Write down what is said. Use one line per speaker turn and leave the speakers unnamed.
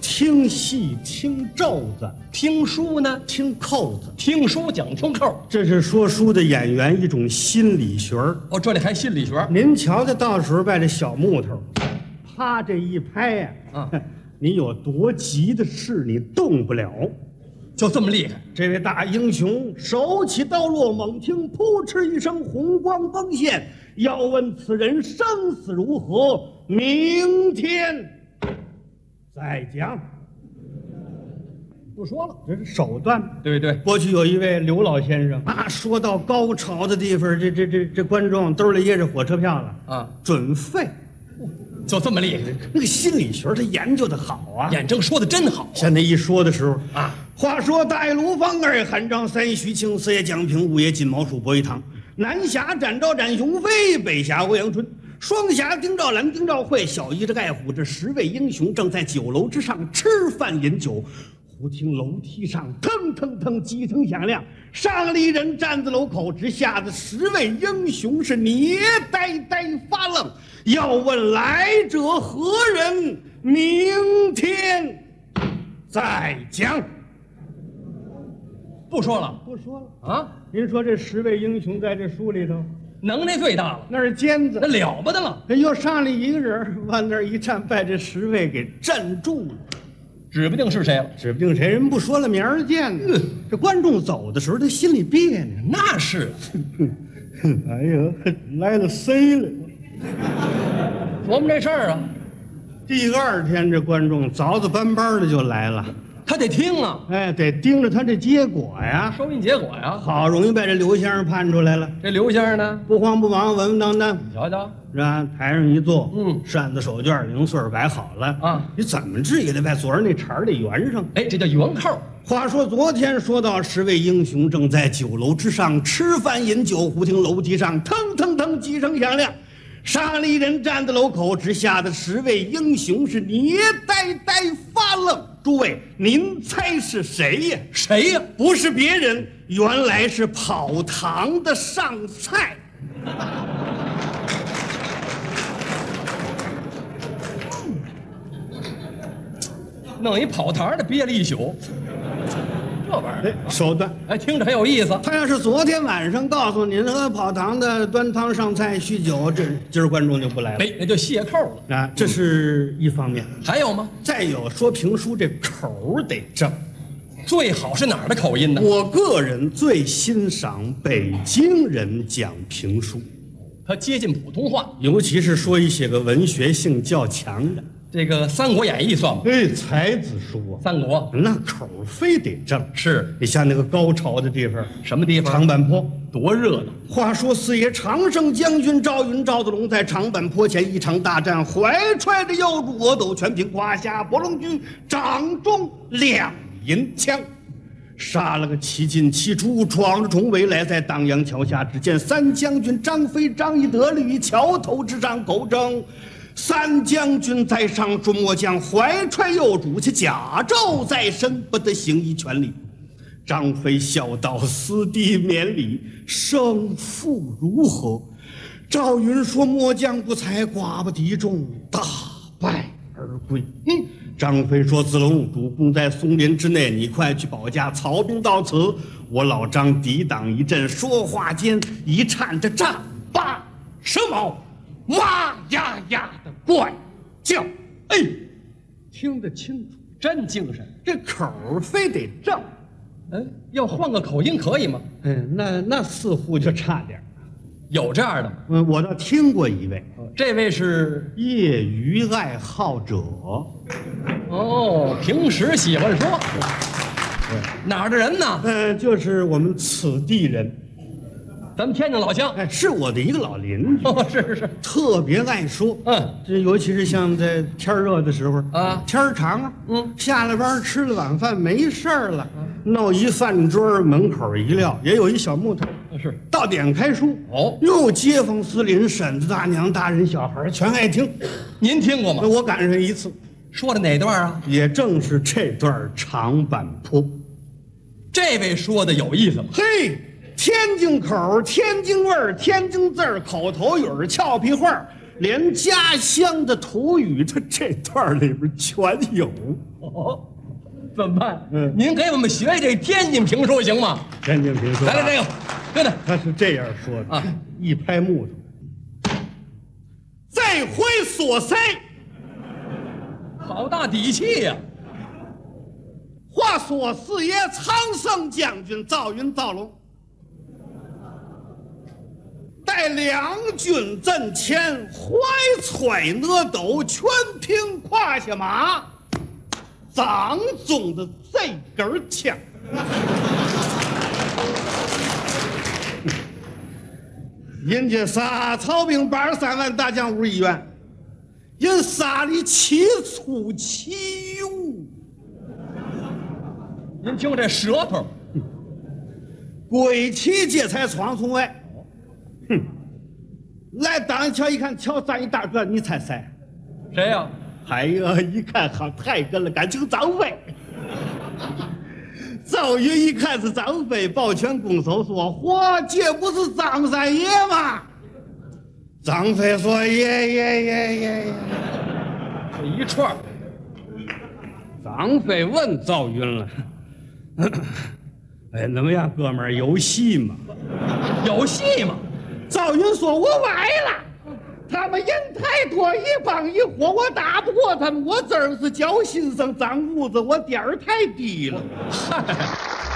听戏、听罩子、
听书呢，
听扣子，
听书讲听扣。
这是说书的演员一种心理学儿。
哦，这里还心理学。
您瞧瞧，到时候把这小木头，啪这一拍呀、
啊
哼 你有多急的事你动不了。
就这么厉害，
这位大英雄手起刀落，猛听扑哧一声红光崩现。要问此人生死如何，明天再讲。
不说了。
这是手段。
对对，
过去有一位刘老先生啊，说到高潮的地方，这这这这观众兜里掖着火车票了，
啊，
准废。
就这么厉害，
那个心理学他研究的好啊，
眼睁说的真好。
像那一说的时候
啊，
话说戴卢方二、韩章三、徐庆、四爷蒋平、五爷锦毛、鼠伯一堂，南侠展昭、展雄飞，北侠欧阳春。双侠丁兆兰、丁兆会、小一这盖虎，这十位英雄正在酒楼之上吃饭饮酒，忽听楼梯上腾腾腾几声响亮，上来一人站在楼口，直吓得十位英雄是捏呆呆发愣。要问来者何人，明天再讲。
不说了
不说了，
啊，
您说这十位英雄在这书里头，
能耐最大了，
那是尖
那
子，
了不得了，
人又上来一个人往那儿一站，把这十位给站住了。
指不定是谁了。
指不定谁人不说了，明儿见呢。这观众走的时候，他心里别扭。
那是
哎呀，来了谁了？
琢磨这事儿啊，
第二天这观众早早班班的就来了，
他得听啊，
哎，得盯着他这结果呀。
收音结果呀。
好容易把这刘先生盼出来了，
这刘先生呢，
不慌不忙，稳稳当当，
你瞧瞧，
是吧？台上一坐，
嗯
扇子手绢儿零碎儿摆好了
啊
你怎么治也得把昨儿那茬儿得圆上。
哎，这叫圆扣。
话说昨天说到十位英雄正在酒楼之上吃饭饮酒，忽听楼梯上腾腾腾几声响亮，上来一人站在楼口，直吓得十位英雄是捏呆呆发愣。诸位，您猜是谁呀？
谁呀、
不是别人，原来是跑堂的上菜。
弄一跑堂的憋了一宿，这玩意儿，
手段。
哎，听着很有意思。
他要是昨天晚上告诉您，呃，跑堂的端汤上菜酗酒，这今儿观众就不来了。
哎，那就卸扣了。
啊，这是一方面。
还有吗？
再有说评书这口儿得正，
最好是哪儿的口音呢？
我个人最欣赏北京人讲评书，
它接近普通话。
尤其是说一些个文学性较强的，
这个《三国演义》算吗？
哎，才子书啊，
三国
那口儿非得正。
是
你像那个高潮的地方，
什么地
长
方？
坂坡。
多热闹！
话说四爷常胜将军赵云、赵子龙在长坂坡前一场大战，怀揣着腰柱额斗全凭胯下博龙驹，掌中两银枪，杀了个七进七出，闯着重围来，在荡阳桥下，只见三将军张飞、张翼德立于桥头之上口争。三将军在上，朱末将怀揣右主，且甲胄在身，不得行一权礼。张飞笑道：“师弟免礼，胜负如何？”赵云说：“末将不才，寡不敌众，大败而归。”嗯，张飞说：“子龙，主公在松林之内，你快去保驾。曹兵到此，我老张抵挡一阵。”说话间，一颤这丈八蛇矛，哇呀呀的怪叫，哎，听得清楚，
真精神。
这口儿非得正。
哎，要换个口音可以吗？
嗯，那那似乎就差点儿。
有这样的吗？
嗯，我倒听过一位
这位是
业余爱好者，
哦，平时喜欢说哪儿的人呢？
嗯，就是我们此地人，
咱们天津老乡。
哎，是我的一个老邻居，
哦，是是是，
特别爱说。
嗯，
这尤其是像在天儿热的时候
啊
天儿长啊，
嗯，
下了班儿吃了晚饭没事儿了，弄一饭桌儿门口一撂，也有一小木头，
是
到点开书，
哦
哟，街坊四邻、婶子大娘、大人小孩儿全爱听。
您听过吗
那？我赶上一次，
说的哪段啊？
也正是这段长坂坡。
这位说的有意思吗？
嘿，天津口儿，天津味儿，天津字儿，口头语儿，俏皮话儿，连家乡的土语，它这段里边全有。
哦，怎么办？
嗯
您给我们学这天津评书行吗？
天津评书啊
来来这个，跟着
他是这样说的
啊
一拍木头，再挥所塞，
好大底气呀、
话所四爷苍生将军赵云赵龙，带两军阵前，怀揣哪斗，全凭胯下马，掌中的这根儿枪。 人家杀曹兵八十三万，大将五十一员，人杀的奇粗奇勇。
您听这舌头，
鬼妻这才闯从外，哼！来当一瞧一看，瞧咱一大个，你猜谁？
谁呀、
哎呀，一看哈太跟了，感情张飞。 赵云一看是张飞，抱拳拱手说：“嚯，这不是张三爷吗？”张飞说：“爷爷爷爷爷。”
这一串儿
张飞问赵云了：“ 哎，怎么样，哥们儿，有戏吗？”
有戏吗？
赵云说：“我崴了，他们人太多，一帮一伙，我打不过他们。我真是侥幸上长痦子，我点儿太低了。
嗨，